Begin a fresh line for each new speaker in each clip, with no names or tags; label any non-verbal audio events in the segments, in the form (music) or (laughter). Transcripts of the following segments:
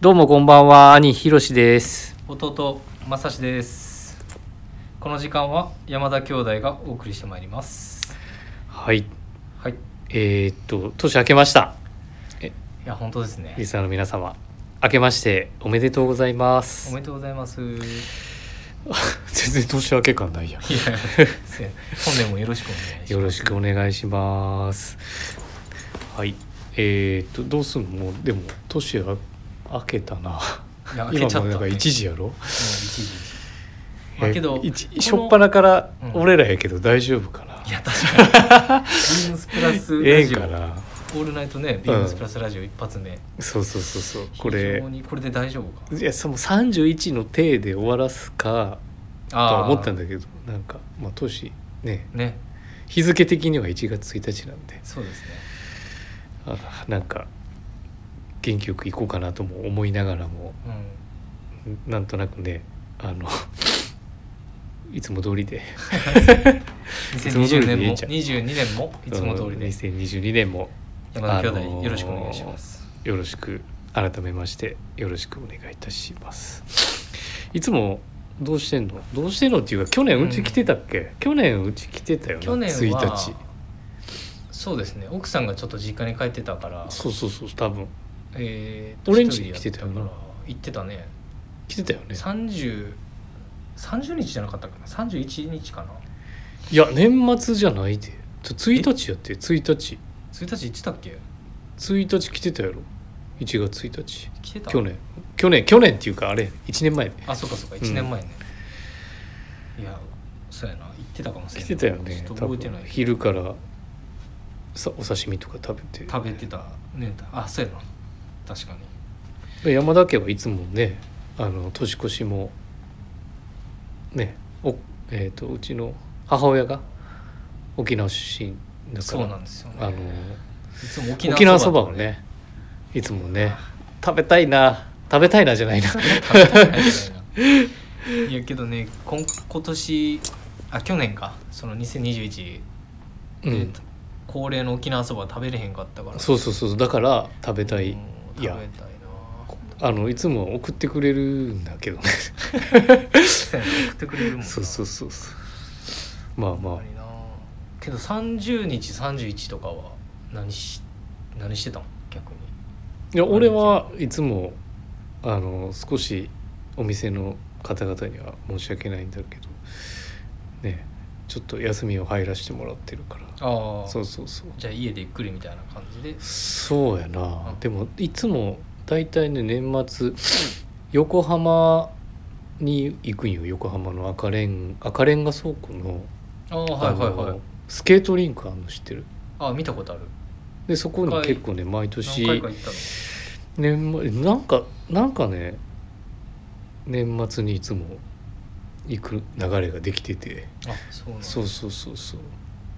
どうもこんばんは兄ひろしです
弟まさしですこの時間は山田兄弟がお送りしてまいります
はい
はいい
えー、っと年明けました
や本当ですね
リスナーの皆様明けましておめでとうございま
お
す
めでとうございますいや
全然年明け感ないや
本年もよろしくお願いします
よろしくお願いしますはいえー、っとどうすんのもうでも年が明けたない
や開け
今
ちゃ
も
っ
う
た
なんか1時やろ
まあけど
えいち
この
初っ端から
うん
俺らやけど大丈夫かない
や確かにビームスプラス
え
ラ
えん
ジオ
かな
オールナイトねビームスプラスラジオ一発目、
そうそうそうそうこ
非
れ
常にこれで大丈夫か
いやその31の体で終わらすかとは思ったん
け
だけどなんかまあ年ね
どね
日付的には1月1日なんで
そうですね
あなんか元気よく行こうかなとも思いながらも
うん
なんとなくねあの (laughs) いつも通りでいつも通り
2020
で
年
いいん
も
ちゃう
22年もいつも通り
うん
で
2022年も
山田
あ
兄
の
弟
ー
よろしくお願いします、
よろしく改めましてよろしくお願いいたしますいつもどうしてんのどうしてんのっていうか去年うち来てたっけ、去年うち来てたよな
去年
1
は
日
そうですね奥さんがちょっと実家に帰ってたから
そうそうそう多分
えー
俺ん家来てたよな
一人やっから行ってたね
来てたよね
3030日じゃなかったかな31日かない
や年末じゃないでちょ1日やって1日
1日行ってたっけ
1日来てたやろ1月1日
来てた
去年去年去年っていうかあれ1年前
あそうかそうか1年前ね、いやそうやな行ってたかもしれ
来
な
て
い
たよ
ち
ね
ょっ
多
と覚え
分
てないけど
昼からさお刺身とか食べて
食べてたねあそうやな確かに
で山田家はいつもねあの年越しもねおえー、とうちの母親が沖縄出身だか
そうな
ら
んですよね
あの
いつも沖
沖縄
縄
そ
そ
ば
ば
をねいつもね食べたいな食べたいなじゃないな
いやけどねこん今年あ去年かその2021、
う
で
ん
恒例の沖縄そば食べれへんかったから
そううそうそうだから食べたい
ん食
い
べた
や
いな
あのいつも送ってくれるんだけどね
そうやな送ってくれるもんな
そうそうそうそうまあま
ほ
あ
んまになけど30日31とかは何し何してたん逆に
いや俺はいつもあの少しお店の方々には申し訳ないんだけどねちょっと休みを入らせてもらってるから
あ
そうそうそう
じゃあ家でゆっくりみたいな感じで
そうやな
うん
でもいつも大体ね年
(laughs)
末横浜に行くんよ横浜の赤レン赤レンガ倉庫の,、
ああはいはい
あ
はい
のスケートリンクあるの知ってる
あ見たことある
でそこに
はい
結構ね毎
何
年
回か行ったの
年末なんかなんかね年末にいつも行く流れができてて
あそうなんだ
そうそうそうそう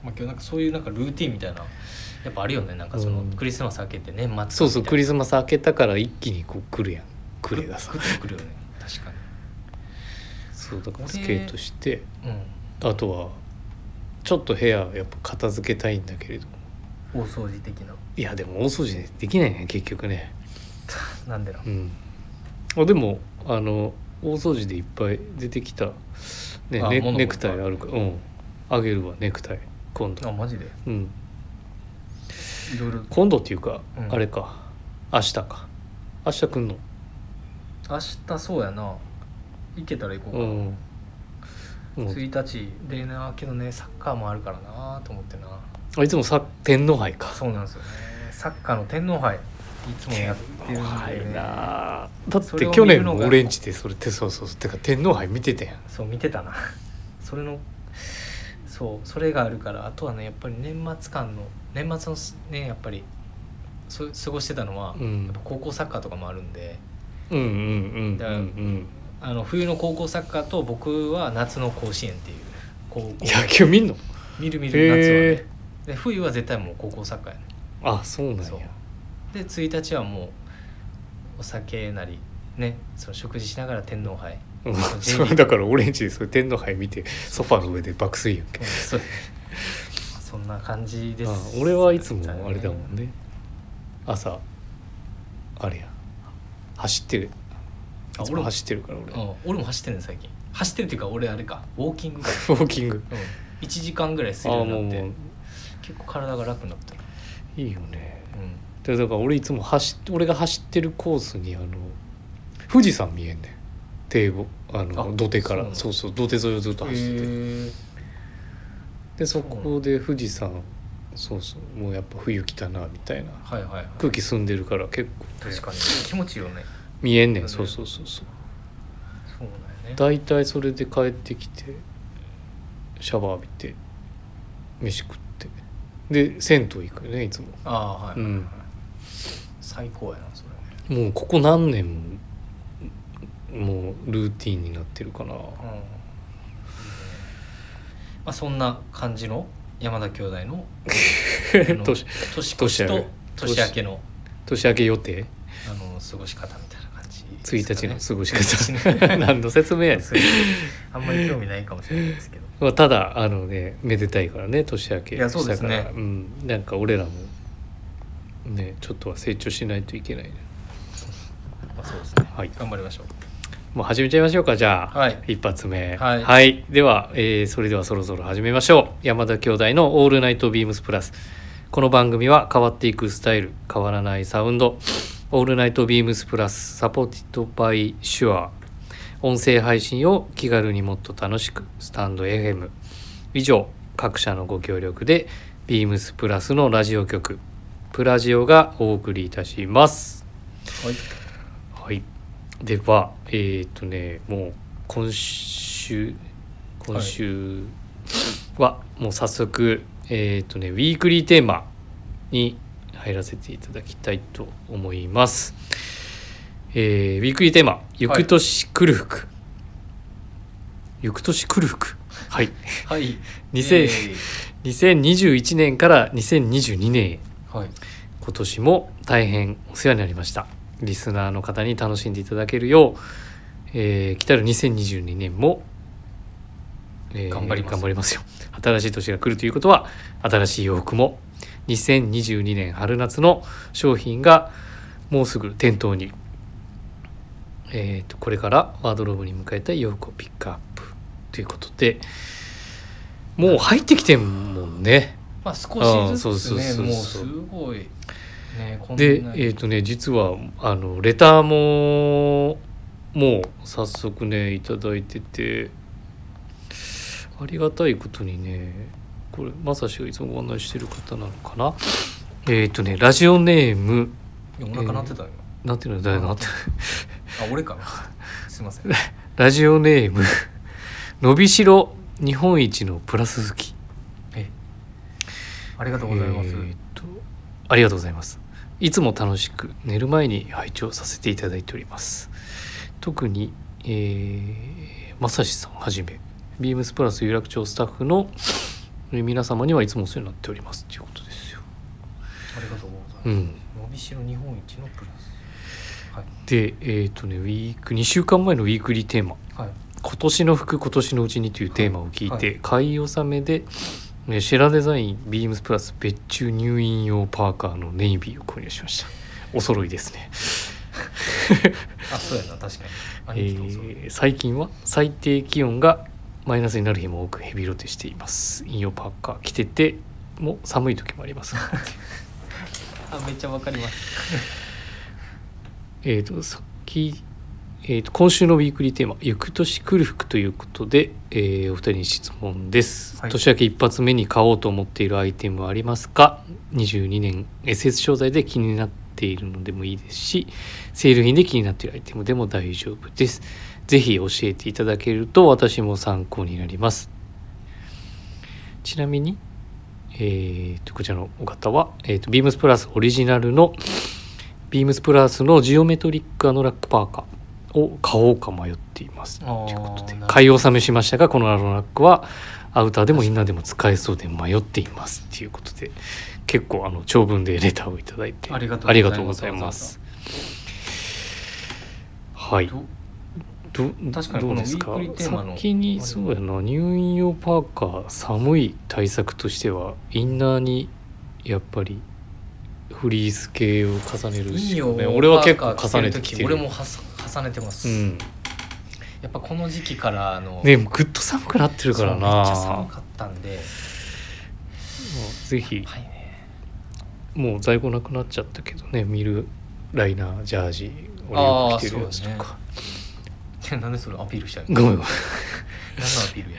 まあ、今日なんかそういうなんかルーティンみたいなやっぱあるよねなんかその
うん
クリスマス明けて年末みたいな
そうそうクリスマス明けたから一気にこう来るやん暮れがさ
グッとくるよね確か
そうだから
こ
ス
れ
ケートして
に
あとはちょっと部屋やっぱ片付けたいんだけれども
うん大掃除的ない (laughs)
やでも大掃除できないね結局ね
なんでな
うんあでもあの大掃除でいっぱい出てきた、ね、
あ
ネ
物もいっぱい
ネクタイあるからうんあげるわネクタイ今
あ
度
マジで
うん
いろいろ
今度っていうか、
うん
あれか明日か明日来んの
明日そうやな行けたら行こう
う
かな、
ん、うん、
1日でなけどねサッカーもあるからなと思ってな
あいつもさ天皇杯か
そうなんですよねサッカーの天皇杯いつもやってるん
は
で、
い
ね、
なあだっ
そ
て
れを
去
見
年
るの
も
が
俺んちでそれってそうそうそうてか天皇杯見てたやん
そう見てたな (laughs) それのそうそれがあるからあとはねやっぱり年末間の年末のすねやっぱりそ過ごしてたのは、
うん
やっぱ高校サッカーとかもあるんで
うんうんうんうん
だ
うん
あの冬の高校サッカーと僕は夏の甲子園っていう高校
野球見んの
見る見る夏はね、
へえ
で冬は絶対もう高校サッカーやね
あそうなんや
そうで1日はもうお酒なりねその食事しながら天皇
(laughs)
杯
うん
そう
それだから俺んちでそれ天皇杯見てソファーの上で爆睡やんけ
うんそうそんな感じです、
あ俺はいつもあれだもんね朝あれや走ってるい
あ
つ
俺
も
も
走ってるから俺、
う
ウ
ん、俺も走ってるね最近走ってるっていうか俺あれかウォーキングか、
ォーキング
うん、1時間ぐらいす
あ
るよ
あ
う
もう
になっ
も
て結構体が楽になったな
ういいよね
うん
でだから俺いつも走っ俺が走ってるコースにあの富士山見えんねん堤防あの
あ
土手から
そうなの
そうそう土手沿いをずっと走ってて、
へ
でそこで富士山そうそうもうやっぱ冬来たなみたいな
ーはいはいはい
空気澄んでるから結構ね、
確かに気持ちいいよね
見えんね
だ
ん
ね
そうそうそうそう
そうなんやね
大体それで帰ってきてシャワー浴びて飯食ってで銭湯行くよねいつも
ああはい、はいはい
うん
最高やなそれね
もうここ何年ももうルーティンになってるかな
うんいいねまあ、そんな感じの山田兄
(laughs)
弟のあの
年
年越しと
年明け
年明けの
年明け予定
あの過ごし方みたいな感じですか
1日
ね、
の過ごし
1日
方 (laughs)
の
何の説明やねん
そう (laughs) あんまり興味ないかもしれないですけど
まあ、ただあのねめでたいからね年明け
いやそうですね
したからうん、なんか俺らもねちょっとは成長しないといけないね
まあそうですね
はい
頑張りましょう
もう始めちゃいましょうかじゃあ、
はい
一発目
はい
では、えーそれではそろそろ始めましょう山田兄弟の「オールナイトビームスプラス」この番組は変わっていくスタイル変わらないサウンド「オールナイトビームスプラス」サポーティッドバイシュア音声配信を気軽にもっと楽しくスタンド FM 以上各社のご協力でビームスプラスのラジオ局プラジオがお送りいたします
はい
はい。では、えーっ、とね、もう今週、今週は、もう早速、えーっ、とね、ウィークリーテーマに入らせていただきたいと思います。えーウィークリーテーマ、ゆく年来る服。ゆく年来る服。はい。 (laughs)
はい
二千
イエーイ
2021年から2022年へ。
はい
今年も大変お世話になりましたリスナーの方に楽しんでいただけるよう、えー来たる2022年も、え
頑張ります
頑張りますよ新しい年が来るということは新しい洋服も2022年春夏の商品がもうすぐ店頭に、えー、とこれからワードローブに向けた洋服をピックアップということでもう入ってきてんもんね
まあ少し
あーそう
ず
そうそ
つ
う
ね
そう
もうすごいねこんな
でえっ、とね実はあのレターももう早速ね頂いただいててありがたいことにねこれまさしがいつもご案内してる方なのかなえっ、とねラジオネーム
いやお腹鳴ってたよ、
なんていうのだよなって
あ俺か
(laughs)
なすいません
ラジオネーム (laughs) 伸びしろ日本一のプラス好き
えありがとうございます、
えーっとありがとうございますいつも楽しく寝る前に拝聴させていただいております特にえーまさしさんはじめビームスプラス有楽町スタッフのえー皆様にはいつもお世話になっておりますということですよ
ありがとうございます、
うん
伸びしろ日本一のプラスはい
でえーっとねウィーク2週間前のウィークリーテーマ
はい
今年の服今年のうちにというテーマを聞いて、
はいはい
買い納めでねシェラデザインビームスプラス別注入院用パーカーのネイビーを購入しましたお揃いですね、
あそうやな確かに
え
兄貴ともそう
ー最近は最低気温がマイナスになる日も多くヘビロテしています引用パーカー着てても寒い時もあります
あめっちゃわかります
えーとさっき、えーと今週のウィークリーテーマ「ゆく年来る服」ということで、えーお二人に質問です、
はい
年明け一発目に買おうと思っているアイテムはありますか22年 SS 商材で気になっているのでもいいですしセール品で気になっているアイテムでも大丈夫ですぜひ教えていただけると私も参考になりますちなみに、えーとこちらのお方は、えーとビームスプラスオリジナルのビームスプラスのジオメトリックアノラックパーカーを買おうか迷っていますと
あー
いうことで
なるほど
買い納めしましたがこのアノラックはアウターでもインナーでも使えそうで迷っていますということで結構あの長文でレターをいただいて
ありがとうございます
とうございますはい
ど
ど
確かに
ど
こ
う
の
です
ウ
か
ィークリーテーマの
先にそうやな入院用パーカー寒い対策としてはインナーにやっぱりフリース系を重ねる
いい
しか
よ、
ね俺は結構
パーカー
重ね
着
て
る
き
時
てる
俺もはさ重ねてます、
うん
やっぱこの時期からの
ねもうぐっと寒くなってるから
そうめっ
な
ちゃ寒かったんで
もうぜひ
はいね (laughs)
もう在庫なくなっちゃったけどねミルライナージャージ俺よく着てるやつとか、
なんでそれアピールしたい
ご
の
めんごめ
何
ん
の
ま
アピールや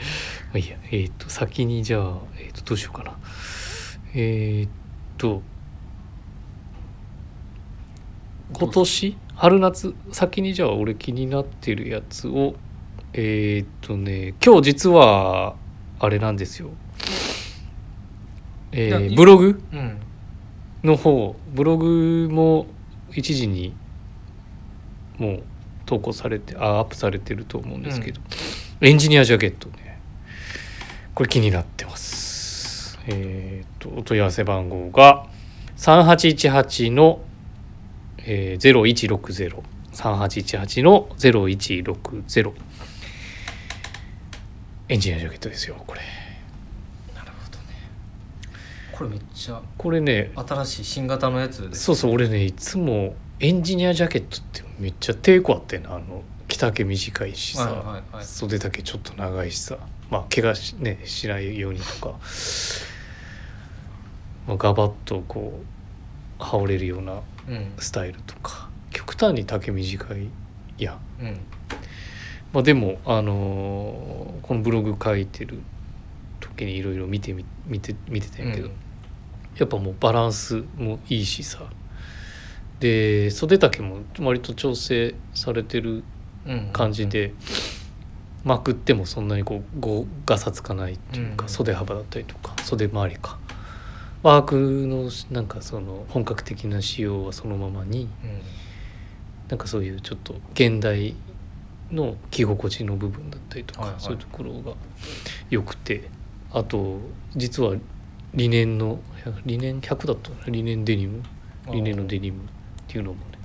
あいいやえーっ、と先にじゃあ、えーっとどうしようかなえーっと今年春夏先にじゃあ俺気になってるやつをえーっとね今日実はあれなんですよえ
いや
ー
い
ブログ
うん
の方ブログも一時にもう投稿されてあアップされてると思うんですけど、エンジニアジャケットねこれ気になってますえっ、とお問い合わせ番号が3818の、えー、01603818の0160エンジニアジャケットですよこれ
なるほどねこれめっちゃ
これね
新しい新型のやつです
そうそう俺ねいつもエンジニアジャケットってめっちゃ抵抗あってんなあの着丈短いしさ、
はいはいはい
袖丈ちょっと長いしさまあ怪我し,、ね、しないようにとか、まあ、ガバッとこう羽織れるような
うん
スタイルとか極端に丈短いやん、
うん
まあ、でも、あのーこのブログ書いてる時にいろいろ見てみ見て見てたんやけど、やっぱもうバランスもいいしさで袖丈も割と調整されてる
うん
感じで、まくってもそんなにこうごがさつかないっていうか、
うん
袖幅だったりとか袖周りかワークのなんかその本格的な仕様はそのままに
うん
なんかそういうちょっと現代の着心地の部分だったりとか、
はいはい
そういうところが良くてあと実はリネンのリネン100だったかなリネンデニムリネンのデニムっていうのもね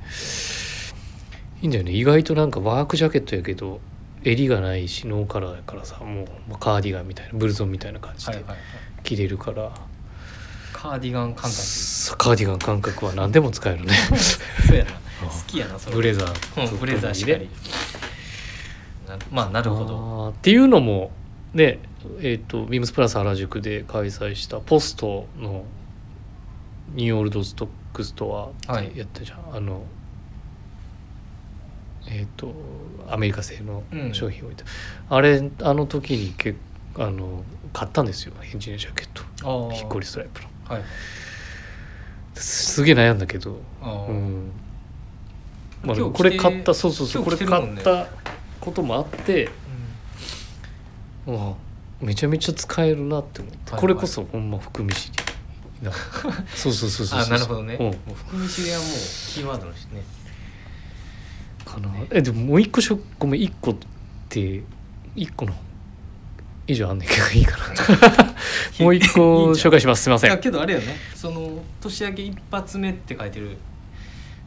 いいんだよね意外となんかワークジャケットやけど襟がないしノーカラーやからさもうほんまカーディガンみたいなブルゾンみたいな感じ
はいは
で
いはい
着れるから、
カーディガン感覚そ
そうカーディガン感覚は何でも使えるね
(laughs) うやな好きやなそれ
ブレザー
うんブレザーしかりなまあなるほど
あーっていうのもねえっ、とビームスプラス原宿で開催したポストのニューオールドストックストアってやったじゃん、あのえっ、とアメリカ製の
うん
商品を置いて、あれあの時にけあの買ったんですよエンジニアジャケット
ああ
ひっこりストライプの
はい
すすげえ悩んだけど
あー
うんまあ、でも
今日
これ
着て
買ったそうそうそうこ
今
れ
日着てるも
買
ん
っ
ね
たこともあって
う
あめちゃめちゃ使えるなって思って、
はいはい
これこそほんま含み知りな (laughs) そうそうそうそ
ん
う
あ
そう
なるほどね
う
も
ん
う含み知りはもうキーワードのしね
かなえでももう一個しょごめん一個って一個の以上あんねんけどいいか
(laughs)
なもう一
いい
個
んじゃ
紹
ん
介しますすいません
だけどあれよねその年明け一発目って書いてる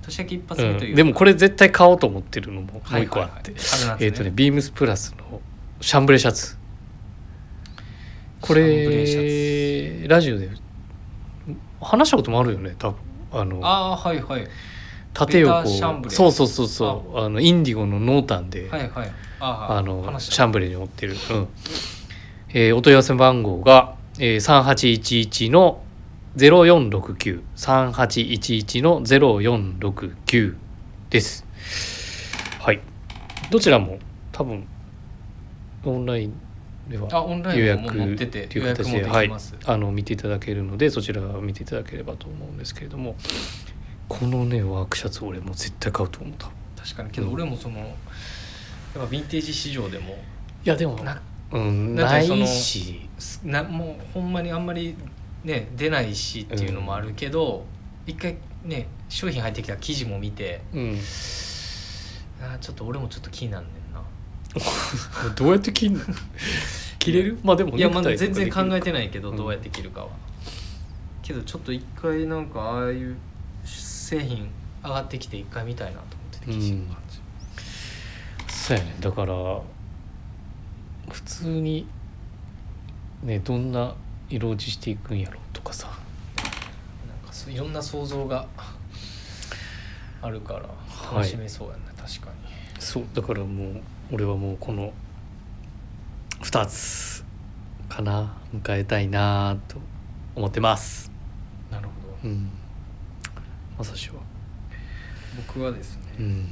年明け一発目といううんか
でもこれ絶対買おうと思ってるのももう一個あって、
はいはいはいある夏ね
えっ、とねビームスプラスのシャンブレシャツこ
シャンブレシ
れラジオで話したこともあるよね多分あの
ああはいはい
縦横
ベタシャンブレ
そうそうそうそうあのインディゴの濃淡で、
はいはいあー
あの
話し
シ
た
ャンブレに追ってる、うんえーお問い合わせ番号が、えー、3811の04693811の0469ですはいどちらも多分オンラインで
あ
は
オンライ
予
ンも
約
もう載ってて
とい
予
う
約
形
も
で
で
は
き
い
ます、
あの見ていただけるのでそちらを見ていただければと思うんですけれどもこのねワークシャツ俺もう絶対買うと思ったい
確かにけど俺もそのやっぱヴィンテージ市場でも
やでも
な
うん、
だ
な
ってその
いし
すなもうほんまにあんまりね出ないしっていうのもあるけど、一回ね商品入ってきた記事も見て
うん、
あーちょっと俺もちょっと気になんねんな
どうやって
(laughs)
着んの着れるまあでも
いやま
ネ
だ
クタイ
全
とかで
然
き
考
る
えてないけど
うん
どうやって切るかは、けどちょっと一回なんかああいう製品上がってきて一回見たいなと思ってて
うん
記事の感じ、
そうやねだから普通にねどんな色落ちしていくんやろうとかさ
なんかそういろんな想像があるから
はい
楽しめそうやね、確かに
そうだからもう俺はもうこの2つかな迎えたいなと思ってます
なるほど
うんまさしは
僕はですね、
うん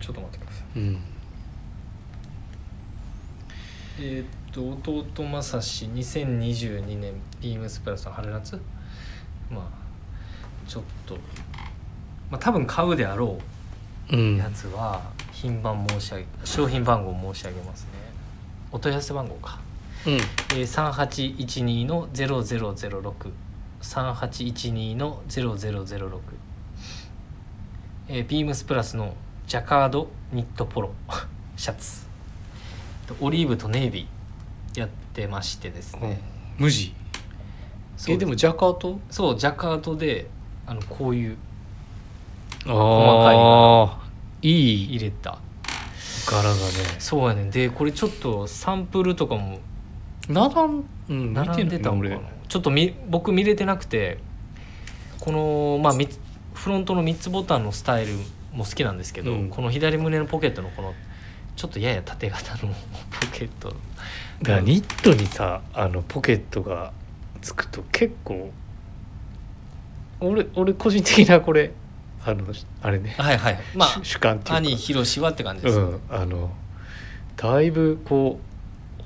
ちょっと待ってくださ
う
い
ん
えーっと弟まさし2022年ビームスプラスの春夏まあちょっとまあ多分買うであろ
うん
うやつは品番申し上げ商品番号申し上げますねお問い合わせ番号か、
うん
えー、3812の00063812の0006えー、ビームスプラスのジャカードニットポロ (laughs) シャツとオリーブとネイビーやってましてです
う
ね、
ん無地
そう
えでもジャカート
そうジャカードであのこういう
ああい
入
い
れた
柄がね
そうやねんでこれちょっとサンプルとかも
並ん、うん、見て
並ん
な
で
い
た
な
のかな
俺
ちょっとみ僕見れてなくてこのまあみつフロントの3つボタンのスタイルも好きなんですけど、
うん
この左胸のポケットのこのちょっとやや縦型の (laughs) ポケット
だからニットにさあのポケットがつくと結構俺俺個人的なこれあのあれね、
はいはいまあ
主主観って
兄
いう
ひろしはって感じ
か
です、
うんあのだいぶこ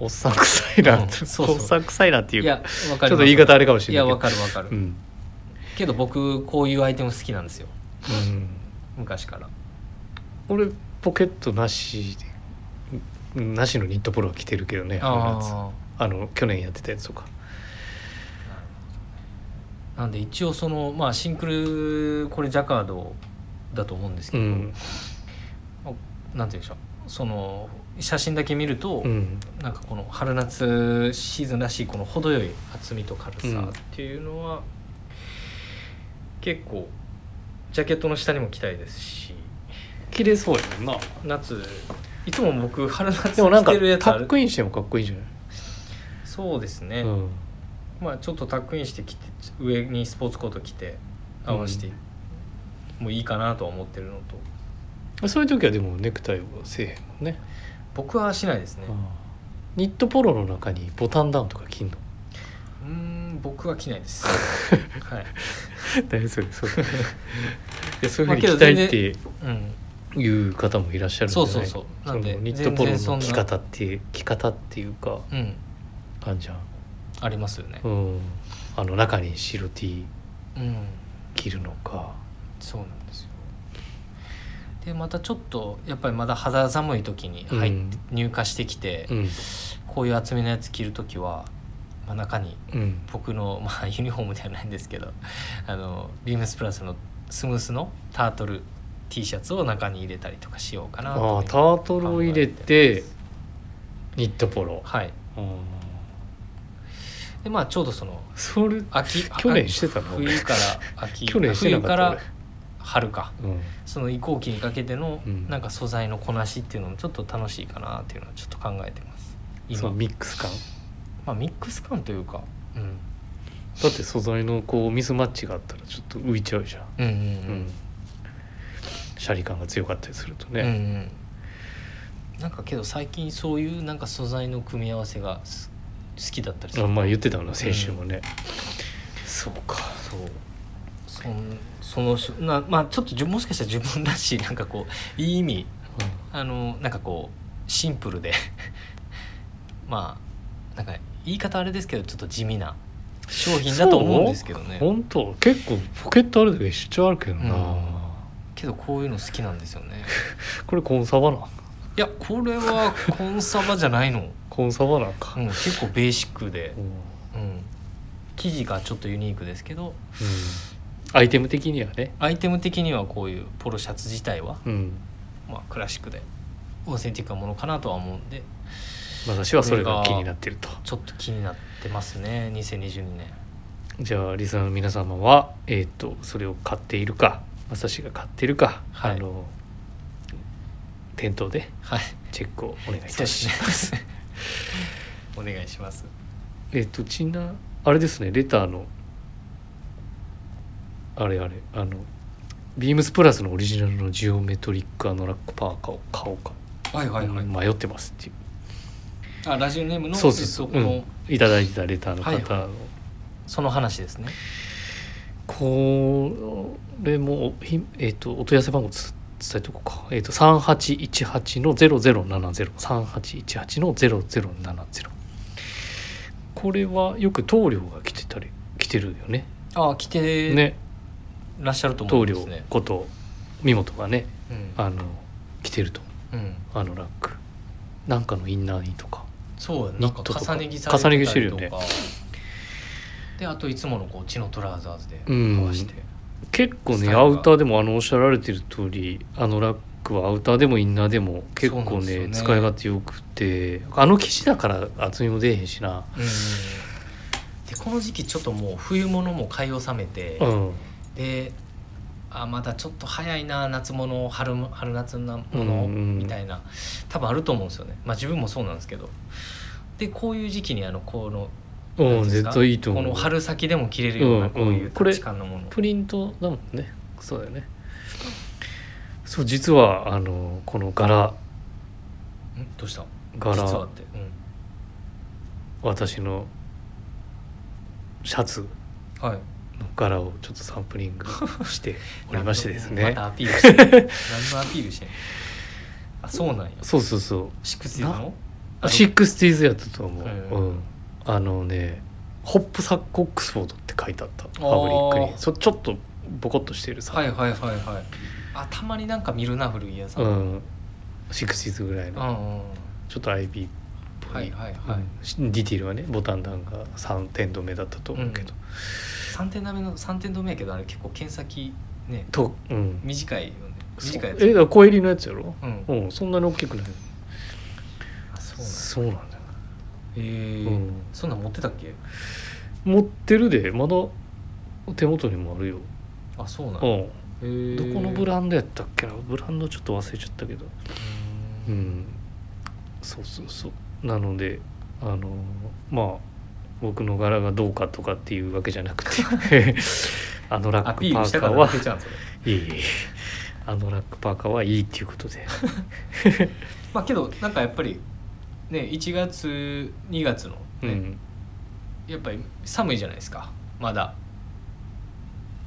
うおっさん臭いな、
うんそうそう
おっさん臭いなっていう
い
か
やわか
ちょっ
る
と言い方あれかもし
い
れない
や
けど
わかるわかる、
うん、
けど僕こういうアイテム好きなんですよ
うん、
昔から
俺ポケットなしでうんなしのニットポロは着てるけどねのやつ
あ
あの去年やってたやつとか
あなんで一応そのまあシンクルこれジャカードだと思うんですけ
う
ど、
ん
なんて言うんでしょうその写真だけ見ると、
うん
なんかこの春夏シーズンらしいこの程よい厚みと軽
う
さ
ん
っていうのは、結構ジャケットの下にも着たいですし
着れそうやもんな
夏いつも僕春夏
でもなん
着
か
てるやつ
タ
あ
ッ
る
クインしてもかっこいいんじゃない
そうですね、
うん
まあちょっとタックインしてきて上にスポーツコート着て合わせてもいいかなとは思ってるのと
そういう時はでもネクタイはせえへんもんね、
僕はしないですね
ニットポロの中にボタンダウンとか着んの
うーん僕は着ないです
(laughs)
はい、
大それそうい
(laughs)
やそういうふう
まあけ
に
ど
着たい
全然
って
うん、
いう方もいらっしゃるんじゃ
そ
な
う
い
そうそうなんで
そのニットポロ
全然そん
の
な
着方っていう着方っていうか
うん
あんじゃん、
ありますよね
うん、あの中に白 T
うん
着るのか
そうなんですよでまたちょっとやっぱりまだ肌寒い時に入っ
うん
入荷してきて、
うん
こういう厚めのやつ着る時は、まあ、中に
うん
僕の、 (laughs) まあ、ユニフォームではないんですけどあのビームスプラスのスムースのタートル T シャツを中に入れたりとかしようかな
あ
と
あタートルを入れてニットポロ、
はい
うん、
でまあちょうどその
それ
秋
去年してたの
冬から
(laughs)
秋
去年してな
冬
か
か
った
ら春か
俺、うん
その移行期にかけての
うん
なんか素材のこなしっていうのもちょっと楽しいかなっていうのはちょっと考えてます
そ
今
のミックス感
まあ、ミックス感というか、うん、
だって素材のこうミスマッチがあったらちょっと浮いちゃうじゃん、
うんうん
う
うん
シャリ感が強かったりすると
うんう
ね、
んなんかけど最近そういうなんか素材の組み合わせがす好きだったりす
あ
る
まあ言ってたな先週もね、そうか
そうそんそのしなまあちょっとじゅもしかしたら自分らしいなんかこういい意味あのなんかこうシンプルで (laughs) まあなんか言い方あれですけどちょっと地味な商品だと思うんですけどね
本当結構ポケットあるだけ一緒あるけどな、
うんけどこういうの好きなんですよね
これコンサバなん
いやこれはコンサバじゃないの、
コンサバなんか、
うん、結構ベーシックで
う、んうん
うん、生地がちょっとユニークですけど
アイテム的にはね
アイテム的にはこういうポロシャツ自体は、
うん
まあ、クラシックでオーセンティックなものかなとは思うんで
私はそれが気になってると
ちょっと気になってますね2022年
じゃあリスナーの皆様は、えー、とそれを買っているかまさしが買っているか、
はい
あの店頭で
はい
チェックをお願いい
そう
た
で
し
す
ます。
ねお願いします
えっ、とちなあれですねレターのああれあれあのビームスプラスのオリジナルのジオメトリックアノラックパーカーを買おうか
はいはいはい、
迷ってますっていう
あラジオネームの
そうそうそう、
えっとこの
うん、いただいてたレターの方の、
はいはその話ですね
これもひえっ、とお問い合わせ番号つ伝えとこうかえっ、と3818の00703818の0070これはよく棟梁が来てたり来てるよね
ああ来て
ね
らっしゃると思う
棟
んで
梁
すね、
こと身元がね
うん
あの来てると
うん、
あのラックなんかのインナーにとか
そうやな
ニ
ん
ットと
か
か
重ね着され
重ね
てたりと
着してるよね
かであといつものこう血のトラウザーズで
うん
合わして、
結構
スタイ
ね
ルが
アウターでもあのおっしゃられてる通りあのラックはアウターでもインナーでも結
そうなん
構
です
ね
よね
使い勝手よくてあの生地だから厚みも出えへんしな
うん、でこの時期ちょっともう冬物も買い納めて、
うん
であまだちょっと早いな夏物春も春夏のも
う
の
んうん
みたいな、多分あると思うんですよねまあ自分もそうなんですけどでこういう時期にあのこの
う
なん
ん
ていですか
絶対いいと思う
この春先でも着れるよう
う
なんこういううん
これ
価値観のもの、
プリントだもんねそうだよねそう実はあのこの柄
んどうした実は
柄
って、う
私のシャツ
ん、はい
の柄をちょっとサンプリング
(laughs)
しておりましてです
ま
ね
たアピール
(laughs)
してる何のアピールしてんのあそうなんや
そうそうそう
シックスティーズのあ
シックスティーズやったと思う、
う
うんあのねホップサックオックスフォードって書いてあったファブリック
あー
にそちょっとボコッとしてるさ、
はいはいはいはいあたまになんか見るな古着屋さん、
う
うん
んシックスティーズぐらいの、
うんうん
ちょっと IB っぽ、
はいいはいはい、
うんディティールはねボタン段が3点止めだったと思うけど、
三点止めの三点止めやけどあれ結構剣先ね
とうん
短いよね
そう
短いやつ
えだから小襟のやつやろ
うん
うん、そんなに大きくない
あそう
そうな
なんだ
んだよ
へえ
うん
そんなん持ってたっけ
持ってるでまだ手元にもあるよ、
あそうなん
う
だへ
ん
え
どこのブランドやったっけなブランドちょっと忘れちゃったけどう
うん
んそうそうそうなのであのまあ僕の柄がどうかとかっていうわけじゃなく
(laughs)
てあのラッ
ア
ク
ピー
パ
ルし
ー
た
カ
か
ー
ら
は
負けちゃうんそれ
いえいえあのラックパーカーはいいっていうことで
まあけどなんかやっぱりね1月2月の、
う
ね
ん
やっぱり寒いじゃないですかまだ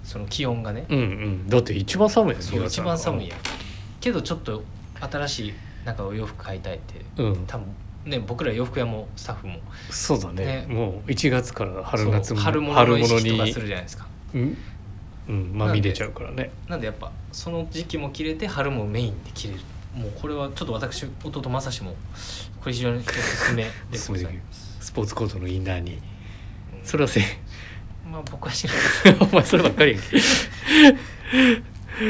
その気温がね、
うんうんだって一番寒いやん
そう一番寒い
や
やんけどちょっと新しいなんかお洋服買いたいって
うん
多分ね僕ら洋服屋もスタッフも
そうだね
ね
もう1月から春夏
そう
も
春物の
春
意
物
識とか
に
するじゃないですか
うん、うん、まみれちゃうからね
なんでやっぱその時期も着れて春もメインで着れるもうこれはちょっと私弟正志もこれ非常におすすめで
お
ござい
すすめできる
ます
スポーツコートのインナーに
うん
それはせ
まあ僕は知らない
(laughs) お前そればっかりやんけ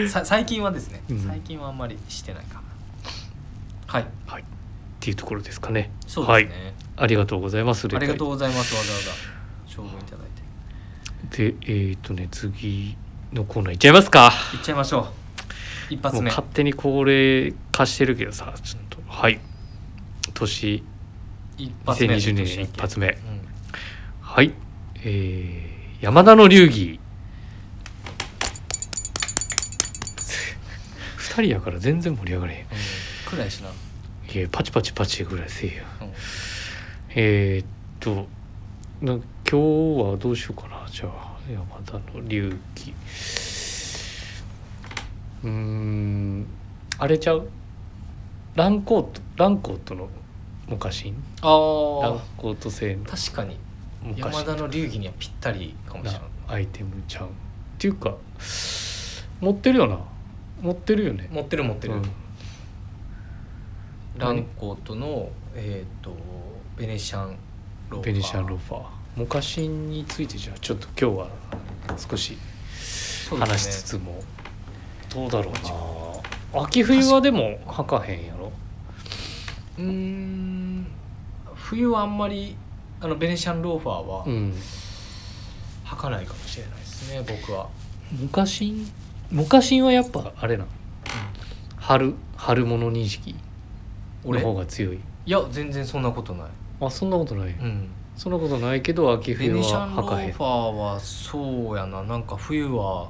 さ最近はですね、
うん
最近はあんまりしてないかなはい
はい、っていうところですかね。
そう
は
で
い
すね、、
ありがとうございます。
ありがとう
う。
ございますわざわざ勝負いただいて
で、えっ、とね、次のコーナーいっちゃいますか。
いっちゃいましょう一発
もう
目
勝手に恒例化してるけどさ、ちょっと、はい。年、
一発目
2020年一発目。
うん
はい。えー、山田の流儀。 (laughs) 二人やから全然盛り上がれへん。
うんくらいしな、
いや、パチパチパチぐらいせえよ。
うん
えーっとな今日はどうしようかなじゃあ山田の隆起うーんあれちゃうランコートランコートのモカシンラン
あ
コート製の
あ確かに
モカシ
山
ン
田の流儀にはぴったりかもし
な
れない
アイテムちゃうっていうか持ってるよな持ってるよね
持ってる持ってる、
うん
ランコートのえっ、とベネシャンローファー
ベニシャンローファーモカシンについてじゃあちょっと今日は少し
そうですね
話しつつも、どうだろうな秋冬はでも履かへんやろ
うーん冬はあんまりあのベネシャンローファーは
うん
履かないかもしれないですね、僕は、
昔昔はやっぱあれな春春物認識の
俺
方が強い
いや全然そんなことない、
あそんなことない、
うん、
そんなことないけど秋
ベ
冬
ネシ
は
ャンロ
履かへ
ー
ん
ファーはそうやななんか冬は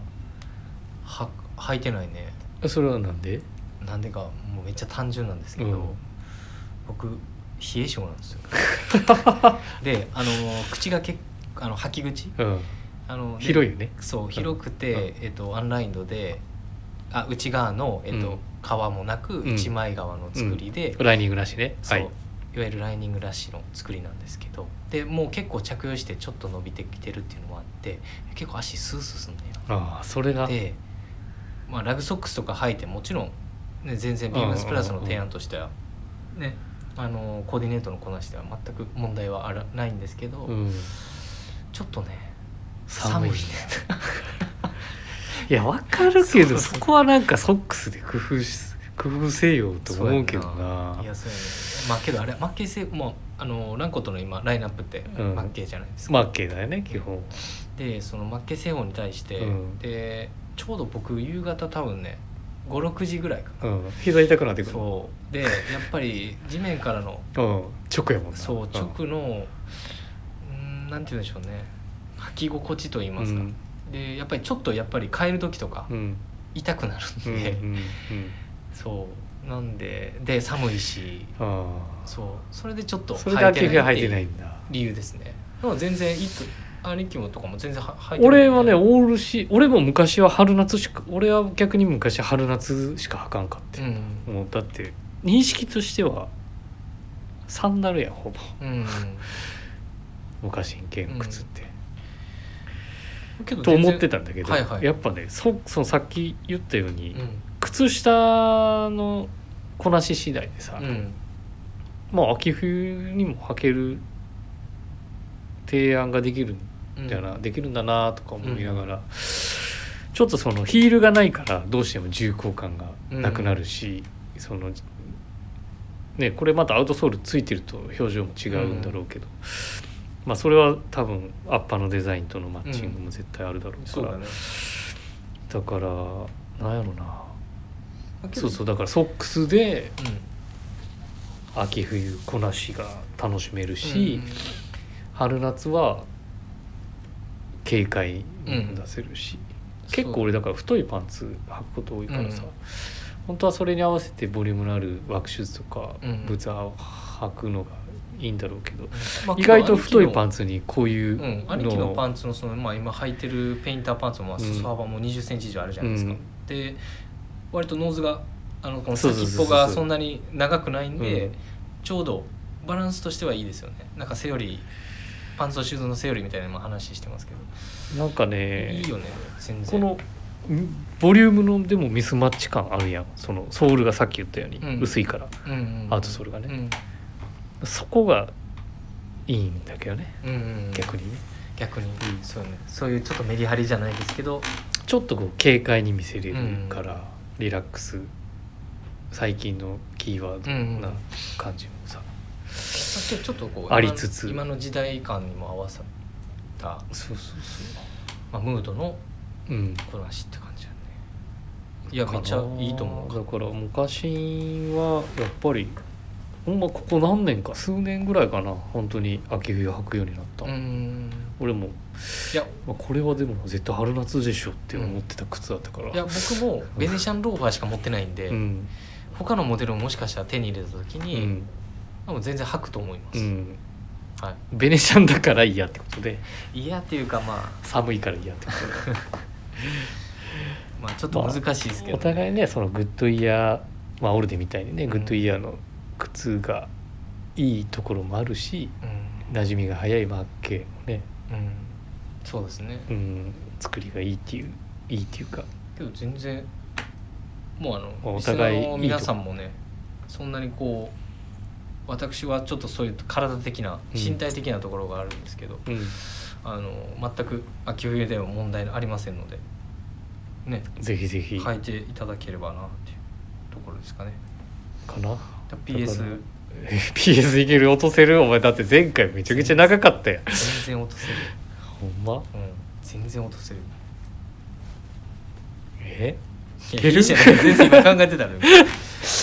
は履いてないね
それはなんで
なんでかもうめっちゃ単純なんですけど、
うん
僕冷え性な
(laughs)
んですよであの口がけあの吐き口
うん
あので
広いよね
そう広くて、
うん
えっと、アンラインドであ内側の、えっと
うん
側もなく
うん
一枚側の作りで、
ライニングなしね
そう、
はい
い、わゆるライニングラッシュの作りなんですけどでもう結構着用してちょっと伸びてきてるっていうのもあって結構足スースーすんだよ
ああそれが
で、まあ、ラグソックスとか履いてもちろん、ね、全然ビームスプラスの提案としては、ね、あのコーディネートのこなしでは全く問題はあらないんですけど、
うん
ちょっとね
寒
寒
い
い
ね
ね
いやわかるけど
そう
そこはなんかソックスで工夫し工夫せよと思 (laughs) うけどない
やそうやねまあけどあれマッケイ製もうあのランコとの今ラインナップって
うん
マッケイじゃないですか、
マーケーだよね基本
でそのマッケイ製法に対して、
うん
でちょうど僕夕方多分ね56時ぐらいかな
うん膝痛くなってくる
そうでやっぱり地面からの
うん直やもんな
そう
うん
直のうんなんて言うんでしょうね履き心地と言いますか、
うん
でやっぱりちょっとやっぱり変える時とか
うん
痛くなる
うん
んで、
うんうん
そうなんでで寒いし
あ
そうそれでちょっと
あそれだけが
っ
履い
て
てな
う
いんだ
理由ですねでも全然いいと兄貴もとかも全然は履いてない
俺はねオールし俺も昔は春夏しか俺は逆に昔春夏しか履かんかって
うん
もうだって認識としてはサンダルやんほぼ
うん
昔んけん靴って、
けど
と思って
た
たんだけど、
はいはい
やっぱねそそのさっき言ったように、
うん
靴下のこなし次第でさ、
うん
まあ秋冬にも履ける提案ができるん
うん
だな、できるんだなとか思いながら、ちょっとそのヒールがないからどうしても重厚感がなくなるし、そのねこれまたアウトソールついてると表情も違うんだろうけど、まあそれは多分アッパーのデザインとのマッチングも絶対あるだろうか
そう
ら、
だね
だからなんやろなそうそううだからソックスで
うん
秋冬こなしが楽しめるし、春夏は軽快に出せるし、
うん
結構俺だから太いパンツ履くこと多いからさ、
うん
本当はそれに合わせてボリュームのあるワークシューズとか
うん
ブザーを履くのがいいんだろうけど、
まあ
意外と太いパン
ツ
ツにこういう
う
の,、
ん、兄貴のパンツのその、まあ、今履いてるペインターパンツもまあ
うん
裾幅も2 0センチ以上あるじゃないですか、
うん
で割とノーズがあのこの
そう
先
そうそうそう
っぽがそんなに長くないんで、
うん
ちょうどバランスとしてはいいですよねなんかセオリーパンツとシューズのセオリーみたいなのも話してますけど、
なんかね
いいよね全
こ
然
のんボリュームのでもミスマッチ感あるやんそのソールがさっき言ったように、
うん
薄いから
うんうんうん
アウトソールがね、
ね、
そこがいいんだけどね
うんうんうんうん、
逆にね
逆に、そうよねそういうちょっとメリハリじゃないですけど
ちょっとこう軽快に見せれるから、リラックス最近のキーワードな感じもさ、
まあちょちょっとこう今
ありつつ
今の時代感にも合わさった、
そうそう
まあ、ムードの
そううん
こなしって感じだねいやめっちゃいいと思う
だから昔はやっぱりほんまここ何年か数年ぐらいかな本当に秋冬履くようになった、
うん
俺も
いや
まあ、これはでも絶対春夏でしょって思ってた靴だったから、うん、
いや僕もベネシアンローファーしか持ってないんで、
うん
他のモデルをもしかしたら手に入れた時
う
に、
ん、
多分全然履くと思います、は
ベネシャンだから嫌ってことで
い、いやっていうかま
寒いから嫌ってこと
あ、まあ、ちょっと難しいです
で
けど、
お互いねそのグッドイヤー、まあ、オルデみたいにね、
うん
グッドイヤーの靴がいいところもあるし
うん
馴染みが早いマーケーもね、
うん、そうですね
うん、作りがいいっていういいっていうか
けど全然もうあ
まあ
の
お
リスナ
互いいい
ー
と
の皆さんもねそんなにこう私はちょっとそういう体的な
うん
身体的なところがあるんですけど、
うん
あの全く秋冬では問題ありませんのでね
ぜひぜひ
書
か
いていただければなっていうところですかね
な、 (laughs)
だから
だから
PS
PS いける落とせるお前だって前回めちゃくちゃ長かったよ
全然落とせる、
ほんま
うん、全然落とせ (laughs) る
え
い
い
や
ける
いいじゃない全然今考えてたのよ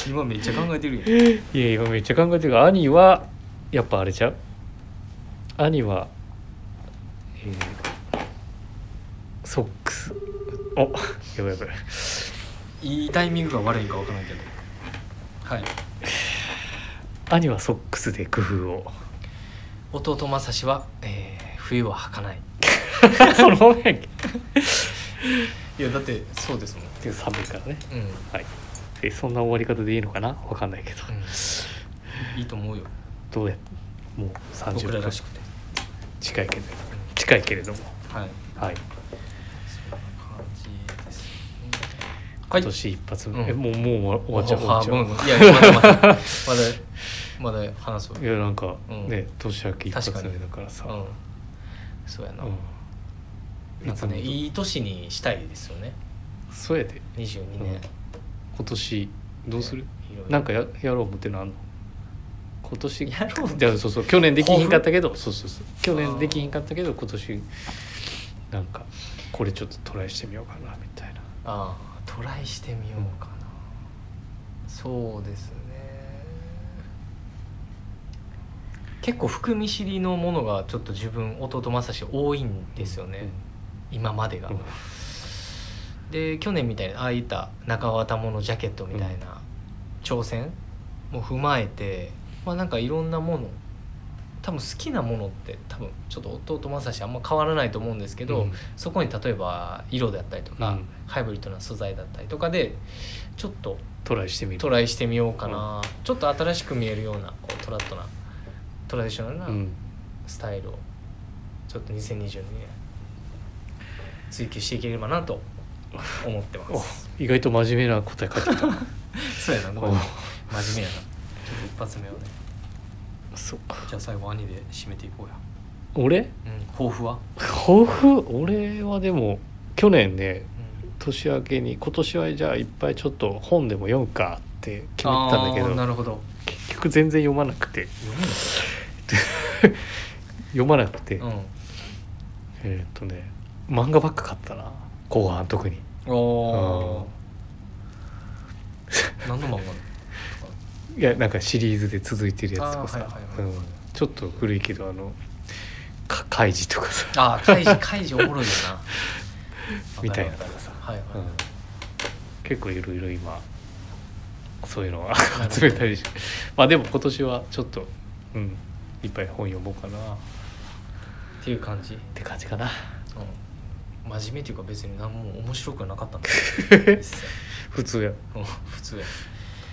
今めっちゃ考えてるやん
いや今めっちゃ考えてるが兄はやっぱあれちゃう兄は、えーソックスおやばいやばい
いいタイミングが悪いんか分からんけどはい
兄はソックスで工夫を
弟正志は、えー冬は履かない
(laughs) そのままやんけ
いやだってそうですもん
で寒いからね
うん、
はいえそんな終わり方でいいのかなわかんないけど
うん、いいと思うよ
どうやもう30
僕ら
分
らしくて、
近いけど
う
近いけれども
ん、はい
はい
そんな感じですは
今
い
年一発目、
うん
えもうもう終わっちゃう終わっちゃ
あ
う
ごめんごめんいやいやまだまだまだまだ話そう
いやなんか
うん
ね、年明け一
確
発
か
目
に
だからさ、
うんそうやな、
うん
なんかね
いつもと
いい年にしたいですよね
そうやで
22年、
うん今年どうする、
いろいろ
なんかややろう思ってなんの今年
やろう
(laughs) じゃあそうそう去年できひんかったけどそうそう
(laughs)
そう去年できひんかったけど今年なんかこれちょっとトライしてみようかなみたいな
ああトライしてみようかな、そうですね結構含み知りのものがちょっと自分弟正志多いんですよね、今までが、
うん
で去年みたいにああいった中綿物ジャケットみたいな挑戦も踏まえてまあなんかいろんなもの多分好きなものって多分ちょっと弟正志あんま変わらないと思うんですけど、
うん
そこに例えば色だったりとか、
うん
ハイブリッドな素材だったりとかでちょっと
トライしてみる
トライしてみようかな、ちょっと新しく見えるようなこうトラットなトラディショナルな
うん
スタイルをちょっと2022年追求していければなと思ってま
お
す
意外と真面目な答え書いてた
(laughs) そうやなごめん
お
真面目やなちょっと一発目をね
そうか
じゃあ最後兄で締めていこうや
俺
うん抱負は、
抱負俺はでも去年ね
うん、
年明けに今年はじゃあいっぱいちょっと本でも読むかって決めてたんだけ
あーな
ど
るほど
結局全然読まなくて
読む
読まなくて、
の
えーっとね漫画ばっか買ったな後半特に
うんおー何の漫画
いやなんかシリーズで続いてるやつとか
あーはい
さ
はい
うん
はい
ちょっと古いけどあの「かカイジ」とかさ、
ああ開示開示おもろいよな (laughs)
みたいな
わかるわかるはいはい、
うん結構いろいろ今そういうのは
ほど
集めたりしてまあでも今年はちょっとうんいっぱい本読もうかなっ
っていう感じ、
て感じかな
うん、真面目っていうか別に何も面白くはなかったんだ (laughs) けど実際
普通や
うん普通や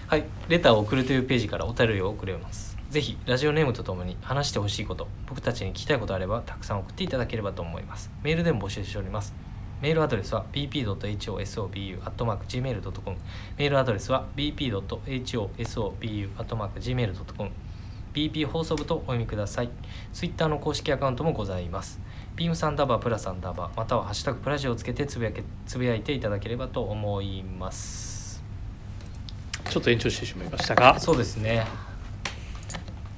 はいレターを送るというページからお便りを送れますぜひラジオネームとともに話してほしいこと僕たちに聞きたいことあればたくさん送っていただければと思いますメールでも募集しておりますメールアドレスは bp.hosobu.gmail.com メールアドレスは bp.hosobu.gmail.com bp 放送部とお読みくださいツイッターの公式アカウントもございますビームサンダーバープラサンダーバーまたはハッシュタグプラジオをつけてつぶやけつぶやいていただければと思います
ちょっと延長してしまいましたが
そうですね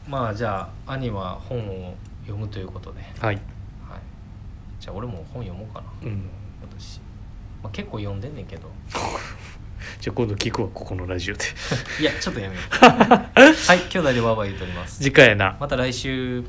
まあじゃあ兄は本を読むということで、は
は
い、
い、
じゃあ俺も本読もうかな
うん、
私、まあ、結構読んでんねんけど
(laughs) じゃあ今度聞くわここのラジオで (laughs)
いやちょっとやめようはい兄弟でわーわー言うとります
次回やな
また来週